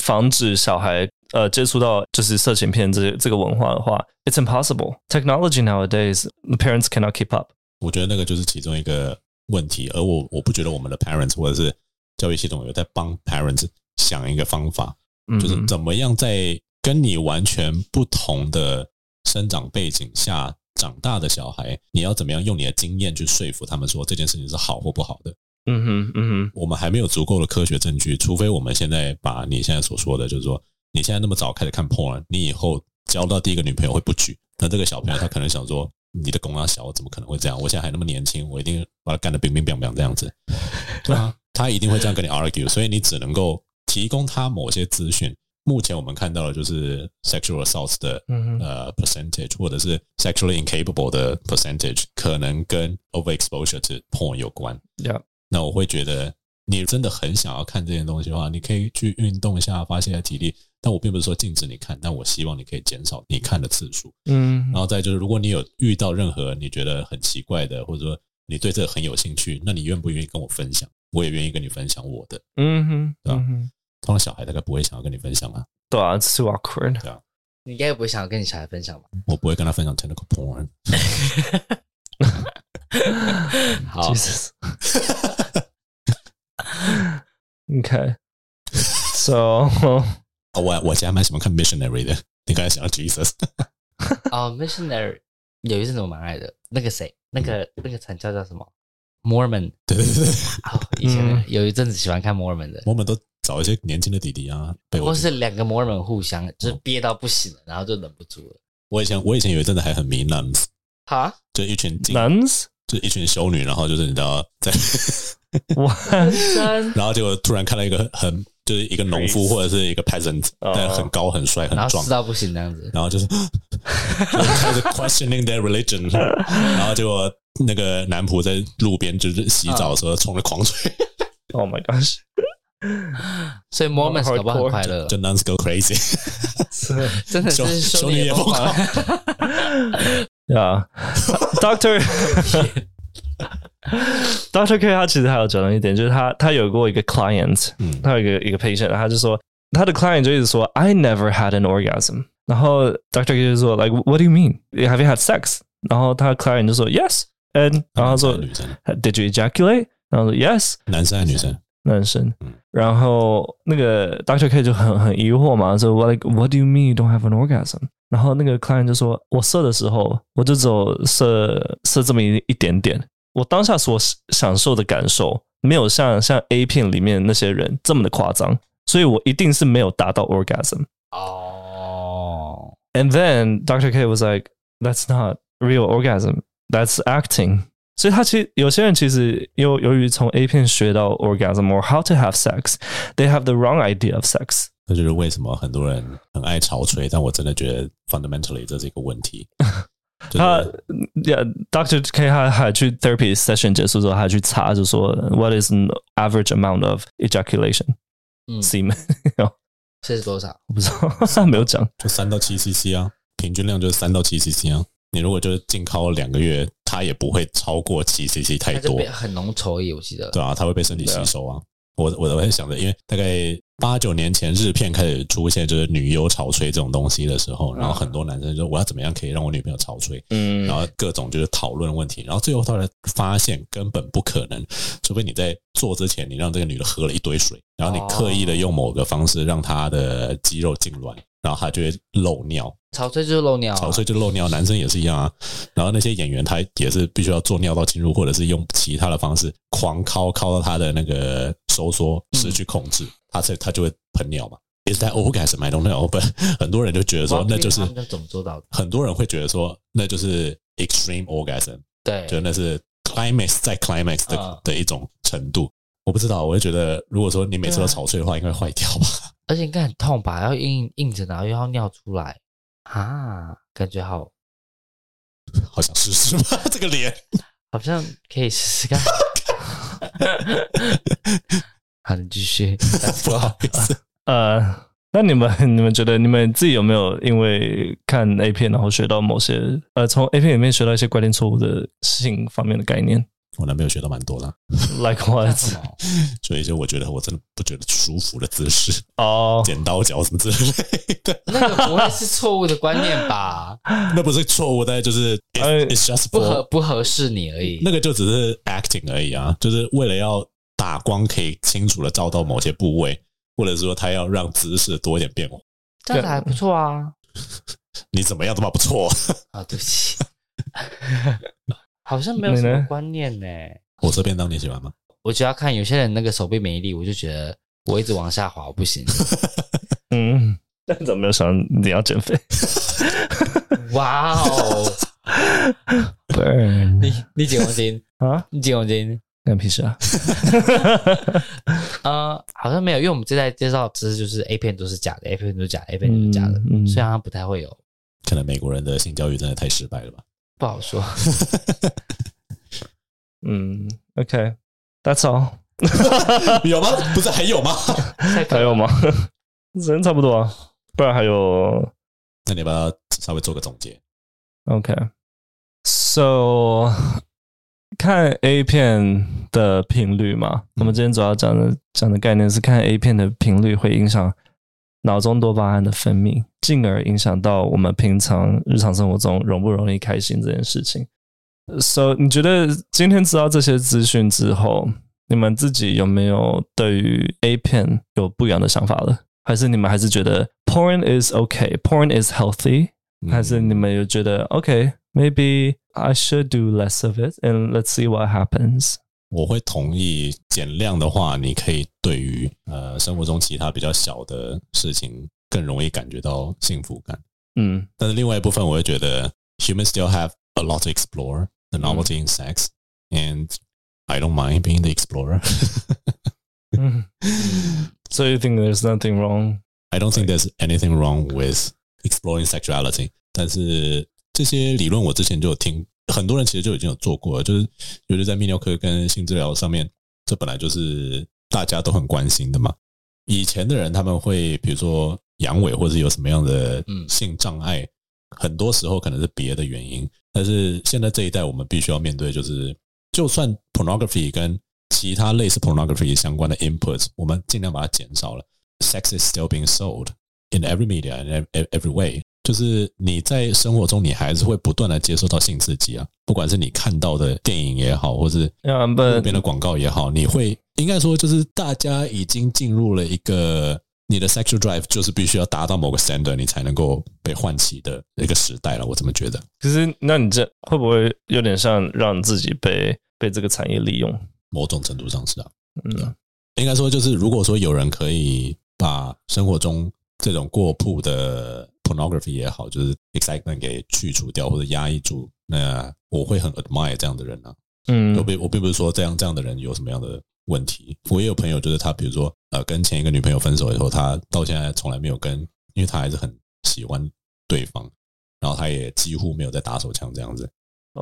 防止小孩呃接触到就是色情片这这个文化的话，it's impossible。Technology nowadays, the parents cannot keep up.
我觉得那个就是其中一个问题，而我我不觉得我们的 parents 或者是教育系统有在帮 parents 想一个方法，
嗯
就是怎么样在跟你完全不同的生长背景下长大的小孩，你要怎么样用你的经验去说服他们说这件事情是好或不好的？
嗯哼，嗯
我们还没有足够的科学证据，除非我们现在把你现在所说的，就是说你现在那么早开始看 porn，你以后交到第一个女朋友会不举，那这个小朋友他可能想说。你的功啊小，我怎么可能会这样？我现在还那么年轻，我一定把他干得冰冰冰冰这样子。对啊，他一定会这样跟你 argue，所以你只能够提供他某些资讯。目前我们看到的就是 sexual assault 的
哼，嗯哼，
呃 percentage，或者是 sexually incapable 的 percentage，可能跟 overexposure to porn 有关。
Yeah
那我会觉得你真的很想要看这些东西的话，你可以去运动一下，发泄一下体力。但我并不是说禁止你看，但我希望你可以减少你看的次数。
嗯
然后再就是，如果你有遇到任何你觉得很奇怪的，或者说你对这个很有兴趣，那你愿不愿意跟我分享？我也愿意跟你分享我的。
嗯哼，
对啊
嗯哼，
通常小孩大概不会想要跟你分享啊，
对啊，it's too awkward。
你应该不会想要跟你小孩分 享吧？
我不会跟他分享 technical porn。
好
Jesus. okay. So
哦我我家蛮喜欢看 missionary 的。你刚才想到 Jesus，
哦，missionary 有一阵子我蛮爱的，那个谁，那
嗯
个那个传教叫什么？Mormon
对对对对，
哦，以前
嗯
有一阵子喜欢看 Mormon 的，
我们都找一些年轻的弟弟啊，被我
或是两个 Mormon 互相就是憋到不行了，然后就忍不住了。
我以前我以前有一阵子还很迷 nuns，
哈，
就一群进
nuns?
就一群修女，然后就是你知道 在，
What?
真
然后结果突然看到一个很就是一个农夫
Priest
或者是一个 peasant，
哦
但很高很帅很
然后
壮
吃，到不行那样子，
然 后就是就是开始 questioning their religion，然后结果那个男仆在路边就是洗澡的时候冲着狂吹，
Oh my gosh.
所以 Mormon 搞不好很
Hardcore
快乐
就，nuns go crazy，
真的
修
是
修
修
女
女
也
也
疯
疯狂。
Yeah. Doctor Doctor K 他其实还有讲到一点，就是他他有过一个 client，
嗯
他有一个一个 patient，他就说他的 client 就一直说 I never had an orgasm，然后 Doctor K 就说 like What do you mean? Have you had sex? 然后他 client 就说 Yes。And 然后他说
女生
Did you ejaculate？然后说 Yes。
男生还是女生，
男生
嗯，
然后那个 Doctor K 就很很疑惑嘛，说 What like What do you mean you don't have an orgasm？然后那个 client 就说，我射的时候，我就只有射射这么一一点点，我当下所享受的感受，没有像像 A 片里面那些人这么的夸张，所以我一定是没有达到 orgasm。
哦，
And then Dr. K was like, "That's not real orgasm. That's acting." 所以他其实有些人其实由由于从 A 片学到 orgasm or how to have sex, they have the wrong idea of sex.
这就是为什么很多人很爱潮吹，但我真的觉得 fundamentally 这是一个 问题。就是
他 yeah, Dr. K 他还去 therapy session 结束之后，他还去查，就说 What is an average amount of ejaculation
嗯，
semen？
这是多少？
我不知道，没有讲。
就三到七 CC 啊，平均量就是三到七 CC 啊。你如果就是禁靠两个月，它也不会超过七 CC 太
它就
多，
变很浓稠液，我记得。
对啊，它会被身体吸收啊。我我我在想着，因为大概八九年前日片开始出现就是女优潮吹这种东西的时候，然后
嗯
很多男生就说我要怎么样可以让我女朋友潮吹，
嗯
然后各种就是讨论问题，然后最后后来发现根本不可能，除非你在做之前你让这个女的喝了一堆水，然后你刻意的
哦
用某个方式让她的肌肉痉挛，然后她就会漏尿，
潮吹就是漏尿啊，
潮哦吹就漏尿，男生也是一样啊。然后那些演员他也是必须要做尿道侵入，或者是用其他的方式狂敲敲到他的那个收缩失去控制，他才他就会喷尿嘛。Is that orgasm? I don't know. But 很多人就觉得
我
说
忘，记
那就是
他们怎么做到的？
很多人会觉得说，那就是 extreme orgasm，
对，
就那是 climax 在 climax 的、
嗯
的一种程度。我不知道，我就觉得，如果说你每次都潮吹的话，应该会坏掉吧？
而且应该很痛吧？要硬硬着，然后又要尿出来啊，感觉好，
好想试试吧， 这个脸。
好像可以试试看。好，你继续。
哎不好意思，
呃，那你们你们觉得你们自己有没有因为看 A 片然后学到某些呃从 A 片里面学到一些关键错误的性方面的概念
我男朋友学到蛮多的。
？Like what？
什么？
所以就我觉得我真的不觉得舒服的姿势，
哦、
剪刀脚什么之类的，
那 个不会是错误的观念吧？
那不是错误，但就是 it's,
哎
it's just
不合
for
不合适你而已。
那个就只是 acting 而已啊，就是为了要打光可以清楚的照到某些部位，或者说他要让姿势多一点变化。
这样子还不错啊。
你怎么样都嘛不错，
啊，对不起， 好像没有
你
什
呢
么观念呢、
火车便当你喜欢吗？
我就要看有些人那个手臂没力，我就觉得我一直往下滑，我不行。
嗯，但怎么没有想到你要减肥
哇哦！
？Burn
你你几公斤？
啊，
你几公斤？
干屁事啊！
呃，好像没有，因为我们这代介绍知识就是 A 片都是假的，A 片都是假的，A 片都是假的，
嗯嗯
所以好像不太会有，
可能美国人的性教育真的太失败了吧？
不好说。
嗯，OK，That's、all。
有吗？不是还有吗？
还有吗？人差不多啊，不然还有
那你要不要稍微做个总结？
OK。So，看 A 片的频率嘛，我们今天主要讲的讲的概念是看 A 片的频率会影响脑中多巴胺的分泌，进而影响到我们平常日常生活中容不容易开心这件事情。So，你觉得今天知道这些资讯之后，你们自己有没有对于 A 片有不一样的想法了？还是你们还是觉得 porn is okay，porn is healthy？
嗯
还是你们有觉得 OK maybe I should do less of it and let's see what happens？
我会同意减量的话，你可以对于呃生活中其他比较小的事情更容易感觉到幸福感。
嗯
但是另外一部分，我会觉得 humans still have a lot to explore, the novelty in sex, and I don't mind being the explorer.
嗯，So you think there's nothing wrong？
I don't think there's anything wrong with exploring sexuality。但是这些理论我之前就有听，很多人其实就已经有做过了，就是尤其在泌尿科跟性治疗上面，这本来就是大家都很关心的嘛。以前的人他们会比如说阳痿或者有什么样的
嗯
性障碍，很多时候可能是别的原因，但是现在这一代我们必须要面对，就是就算 pornography 跟其他类似 pornography 相关的 input，我们尽量把它减少了。sex is still being sold in every media and ev- every way。就是你在生活中，你还是会不断的接受到性刺激啊，不管是你看到的电影也好，或是
Yeah,
路
but
边的广告也好，你会应该说，就是大家已经进入了一个你的 sexual drive 就是必须要达到某个 standard，你才能够被唤起的一个时代了。我这么觉得。
可是那你这会不会有点像让自己被被这个产业利用？
某种程度上是啊，
嗯
应该说就是，如果说有人可以把生活中这种过曝的 pornography 也好，就是 excitement 给去除掉或者压抑住，那我会很 admire 这样的人啊。我
嗯
并我并不是说这样这样的人有什么样的问题。我也有朋友，就是他比如说呃，跟前一个女朋友分手以后，他到现在从来没有跟，因为他还是很喜欢对方，然后他也几乎没有在打手枪这样子。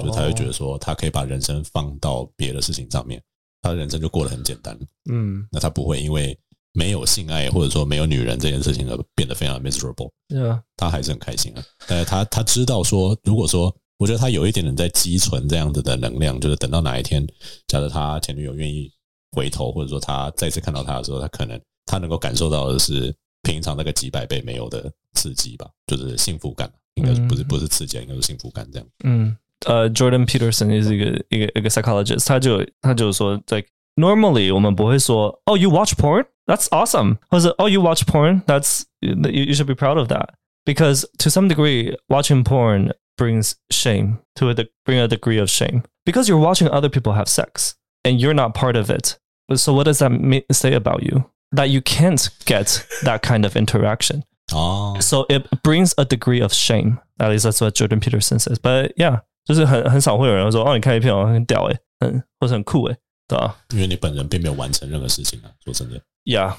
就是他会
哦
觉得说，他可以把人生放到别的事情上面，他的人生就过得很简单。
嗯
那他不会因为没有性爱或者说没有女人这件事情而变得非常 miserable，
，Yeah，
他还是很开心啊。但是他他知道说，如果说我觉得他有一点点在积存这样子的能量，就是等到哪一天，假设他前女友愿意回头，或者说他再次看到他的时候，他可能他能够感受到的是平常那个几百倍没有的刺激吧，就是幸福感，啊应该是不是
嗯
不是刺激啊，应该是幸福感这样。
嗯，呃，Jordan Mm. Uh, Peterson 也是一个一个一个 psychologist，他就有他就有说，like normally 我们不会说，oh you watch porn，that's awesome，或者 oh you watch porn，that's you you should be proud of that because to some degree watching porn brings shame to a de- bring a degree of shame because you're watching other people have sex and you're not part of it. So what does that mean, say about you? That you can't get that kind of interaction.
哦，
So it brings a degree of shame. At least that's what Jordan Peterson says. But yeah，就是很很少会有人说哦，你看一片哦，很屌诶，很或者很酷诶，对吧
因为你本人并没有完成任何事情啊，说真的。
？Yeah,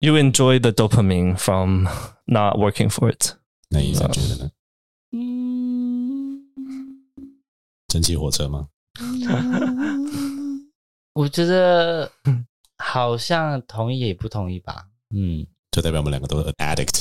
you enjoy the dopamine from not working for it.
那医生觉得呢？
嗯
蒸汽火车吗？
我觉得好像同意也不同意吧。嗯，
就代表我们两个都是 addict。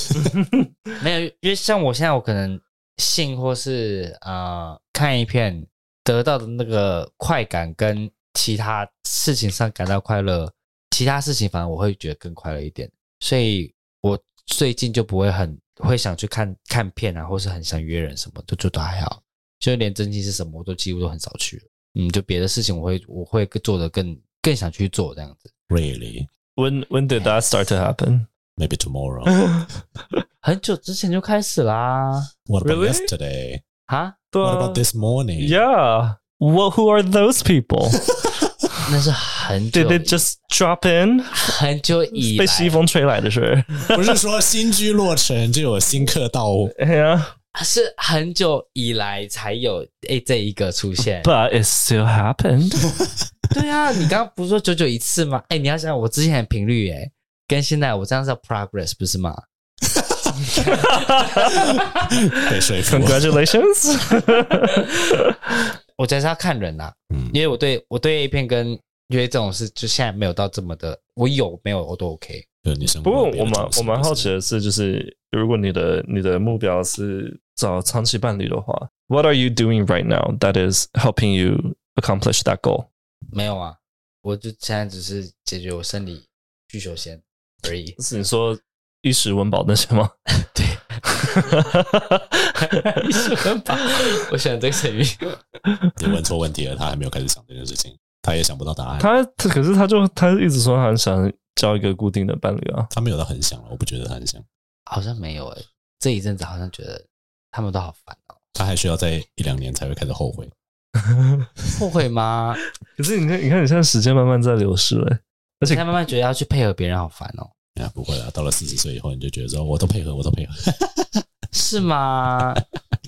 没有，因为像我现在，我可能性或是呃看一片得到的那个快感，跟其他事情上感到快乐，其他事情反而我会觉得更快乐一点，所以我最近就不会很会想去看看片啊，或是很想约人什么，就就都还好，就连真心是什么，我都几乎都很少去了。嗯，就别的事情我会我会做的更更想去做这样子，
really,
When when did that start to happen?
maybe tomorrow.
很久之前就开始啦
What about
Really?
yesterday?
啊，
What
对啊
about this morning?
Yeah. What? Who are those people?
那是很久
Did they just drop in？
很久以
被
来
西风吹来的是？
不是说新居落成就有新客到屋
Yeah,
是很久以来才有诶这一个出现。
but it still happened.
对啊，你刚刚不是说九九一次吗？哎、你要想想我之前的频率诶，跟现在我这样叫 progress 不是吗？
被说服。
Congratulations.
我觉得是要看人啦、
嗯
因为我对我对 A 片跟因为这种事就现在没有到这么的，我有没有我都 OK。
就是你生活
不过
别
我
的
蛮
同事
我蛮好
或
奇
是
的是，就是如果你的你的目标是找长期伴侣的话，What are you doing right now that is helping you accomplish that goal？
没有啊，我就现在只是解决我生理需求先 而已。
是你说衣食温饱那些 吗？
对， 你是很棒， 我选这个成语。
你问错问题了，他还没有开始想这件事情，他也想不到答案。
他他可是他就他一直说他很想交一个固定的伴侣啊。
他没有到很想了，我不觉得他很想，
好像没有诶、欸这一阵子好像觉得他们都好烦 哦、
他还需要在一两年才会开始后悔。
后悔吗？
可是你看，你看你现在时间慢慢在流逝了、而
现
且
在慢慢觉得要去配合别人好烦哦、
啊，不会啦，到了四十岁以后，你就觉得说我都配合，我都配合。
是吗？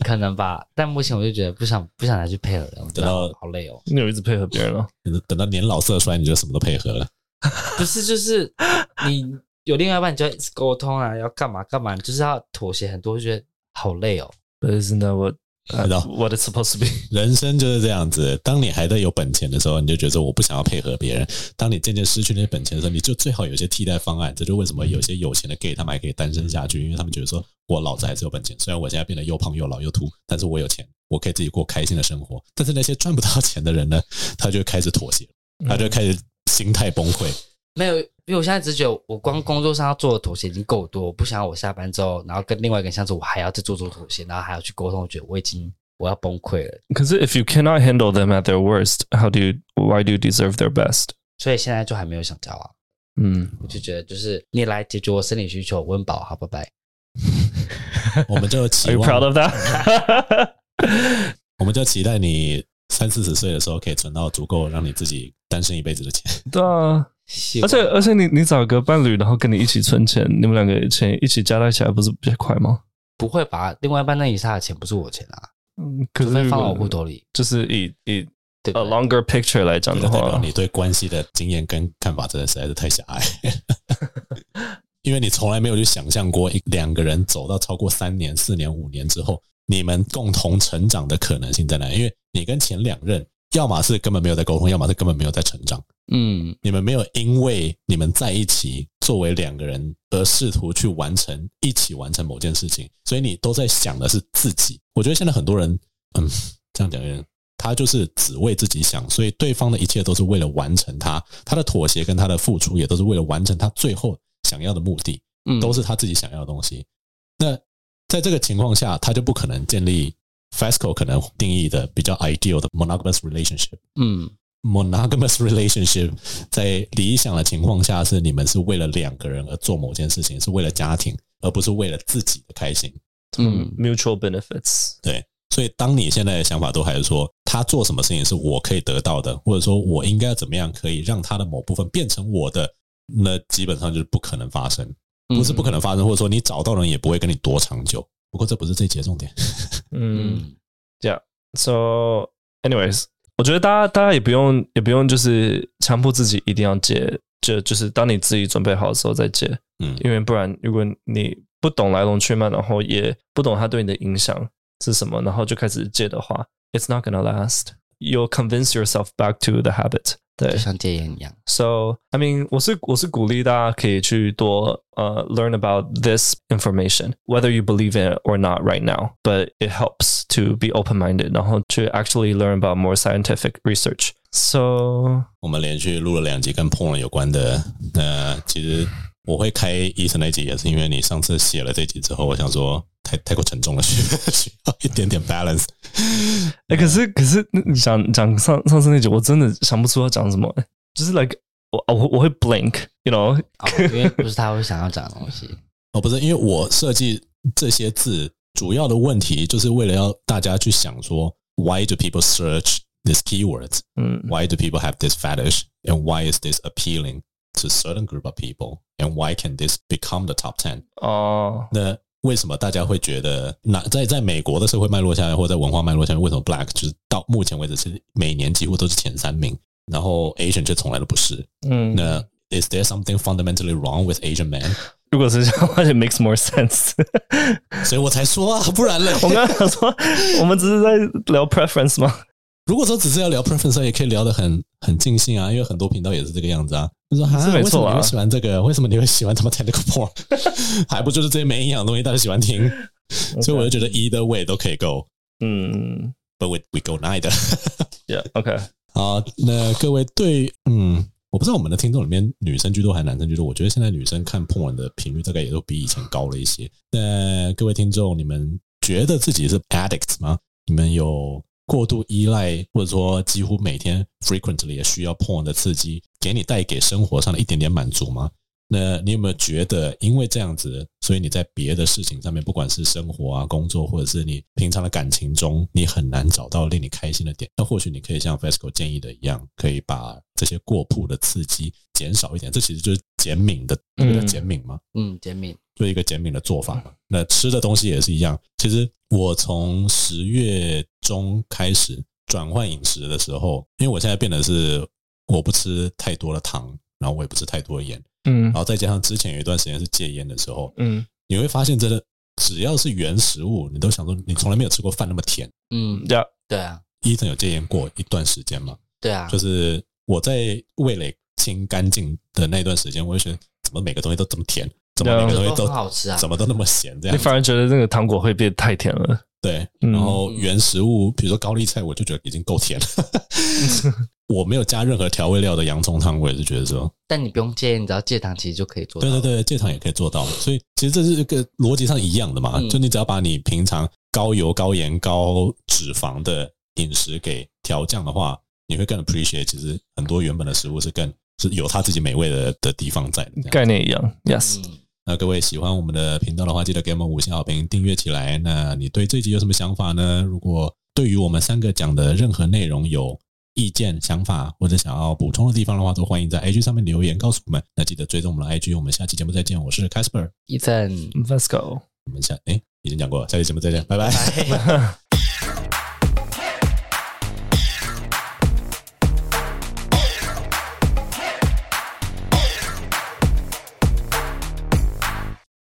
可能吧，但目前我就觉得不想不想再去配合人，我觉得
等到
好好累哦。
你有一直配合别人了，
等到年老色衰，你就什么都配合了。
不是，就是你有另外一半，你就要一直沟通啊，要干嘛干嘛，你就是要妥协很多，我觉得好累哦。
But isn't that what
知道
what it's supposed to be？
人生就是这样子，当你还在有本钱的时候，你就觉得说我不想要配合别人；当你渐渐失去那些本钱的时候，你就最好有一些替代方案。这就为什么有些有钱的 gay 他们还可以单身下去，因为他们觉得说我老子还是有本钱。虽然我现在变得又胖又老又秃，但是我有钱，我可以自己过开心的生活。但是那些赚不到钱的人呢，他就开始妥协， 他就开始心态崩溃。
没有，因为我现在只觉得我光工作上要做的妥协已经够多，我不想我下班之后，然后跟另外一个人相处，我还要再做做妥协，然后还要去沟通，我觉得我已经我要崩溃了。
可是 if you cannot handle them at their worst, how do you why do you deserve their best？
所以现在就还没有想交啊，
嗯，
我就觉得就是你来解决我生理需求，温饱好，拜拜。
我们就
Are
期
you
望
proud of that？
我们就期待你三四十岁的时候可以存到足够让你自己单身一辈子的钱。
对啊，
希
而
望
且而且你你找个伴侣，然后跟你一起存钱，你们两个钱一起加在起来，不是比较快吗？
不会吧？另外一半那以下的钱不是我钱啊，
嗯，可
除
是
非
如
放
果
我户头里，
就是以以
对
a
不对
longer picture 来讲
这
的
代表
话，
你对关系的经验跟看法真的实在是太狭隘， 因为你从来没有去想象过一两个人走到超过三年、四年、五年之后，你们共同成长的可能性在哪里？因为你跟前两任，要么是根本没有在沟通，要么是根本没有在成长。
嗯，
你们没有因为你们在一起作为两个人而试图去完成一起完成某件事情，所以你都在想的是自己。我觉得现在很多人，嗯，这样讲有点，他就是只为自己想，所以对方的一切都是为了完成他，他的妥协跟他的付出也都是为了完成他最后想要的目的，
嗯
都是他自己想要的东西。那在这个情况下，他就不可能建立 FESCO 可能定义的比较 ideal 的 monogamous relationship。
嗯
monogamous relationship 在理想的情况下是你们是为了两个人而做某件事情，是为了家庭，而不是为了自己的开心。
嗯
嗯
，mutual benefits，
所以，当你现在的想法都还是说他做什么事情是我可以得到的，或者说我应该怎么样可以让他的某部分变成我的，那基本上就是不可能发生，不是不可能发生，或者说你找到人也不会跟你多长久。不过，这不是这一节重点。
嗯
嗯，
So, anyways，我觉得大家大家也不用也不用就是强迫自己一定要戒，就就是当你自己准备好的时候再戒，
嗯，
因为不然如果你不懂来龙去脉，然后也不懂它对你的影响是什么，然后就开始戒的话，it's not gonna last. You'll convince yourself back to the habit. 对
就像戒烟一样。
，so I mean，我是我是鼓励大家可以去多呃、learn about this information, whether you believe in it or not right now, but it helps to be open minded，然后去 actually learn about more scientific research. So
我们连续录了两集跟 porn 有关的。那其实我会开医生那集，也是因为你上次写了这集之后，我想说太太过沉重了， 需需要一点点 balance。
哎、可是可是你讲讲上上次那集，我真的想不出要讲什么、就是 like 我我我会 blink，you know，
哦，因为不是他会想要讲的东西。
哦，不是，因为我设计这些字主要的问题，就是为了要大家去想说，Why do people search these keywords?
嗯
Why do people have this fetish? And why is this appealing to certain group of people? And why can this become the top ten?
哦，
那为什么大家会觉得哪在在美国的社会脉络下面，或者在文化脉络下面，为什么 Black 就是到目前为止是每年几乎都是前三名，然后 Asian 却从来都不是？
嗯，
那 Is there something fundamentally wrong with Asian man？
如果是这样的话，就 makes more sense。
所以我才说啊，不然嘞，
我刚刚想说，我们只是在聊 preference 吗？
如果说只是要聊 preference，也可以聊得很很尽兴啊，因为很多频道也是这个样子啊。就说啊，
是没
为什
错
么
啊
你会喜欢这个？为什么你会喜欢他妈 technical porn？还 不就是这些没营养的东西，大家喜欢 听。所以我就觉得 either way 都可以 go，but
嗯
we we go neither。
，Yeah，OK，
好，那各位对，嗯，我不知道我们的听众里面女生居多还是男生居多。我觉得现在女生看 porn 的频率大概也都比以前高了一些。那各位听众，你们觉得自己是 addict 吗？你们有过度依赖，或者说几乎每天 frequently 也需要 porn 的刺激，给你带给生活上的一点点满足吗？那你有没有觉得，因为这样子，所以你在别的事情上面，不管是生活啊、工作，或者是你平常的感情中，你很难找到令你开心的点？那或许你可以像 FESCO 建议的一样，可以把这些过曝的刺激减少一点。这其实就是减敏的，这
嗯
个叫减敏吗？
嗯，简敏，
做一个减敏的做法嘛。那吃的东西也是一样。其实我从十月中开始转换饮食的时候，因为我现在变得是我不吃太多的糖，然后我也不吃太多的盐，
嗯
然
哦
后再加上之前有一段时间是戒烟的时候，
嗯，
你会发现真的只要是原食物，你都想说你从来没有吃过饭那么甜。
嗯，
呀，
对啊，
伊藤有戒烟过一段时间嘛，
对啊，
就是我在味蕾清干净的那段时间，我就觉得怎么每个东西都这么甜，怎么每个
这
东西
都
都
很好吃啊
怎么都那么咸这样
你
子
反而觉得那个糖果会变太甜
啊
了，
对，
嗯
然后原食物，比如说高丽菜，我就觉得已经够甜了。 我没有加任何调味料的洋葱汤，我也是觉得说，
但你不用戒，你只要戒糖其实就可以做到。
对对对，这糖也可以做到。所以其实这是一个逻辑上一样的嘛，
嗯
就你只要把你平常高油、高盐、高脂肪的饮食给调降的话，你会更 appreciate。其实很多原本的食物是更是有它自己美味的的地方在的。这样
概念一样，Yes，
嗯，
那各位喜欢我们的频道的话，记得给我们五星好评，订阅起来。那你对这集有什么想法呢？如果对于我们三个讲的任何内容有意见、想法或者想要补充的地方的话，都欢迎在 IG 上面留言告诉我们。那记得追踪我们的 IG，我们下期节目再见。我是 Casper，
伊森，
嗯，Let's go。
我们下哎已经讲过了，下期节目再见，拜拜。
哈哈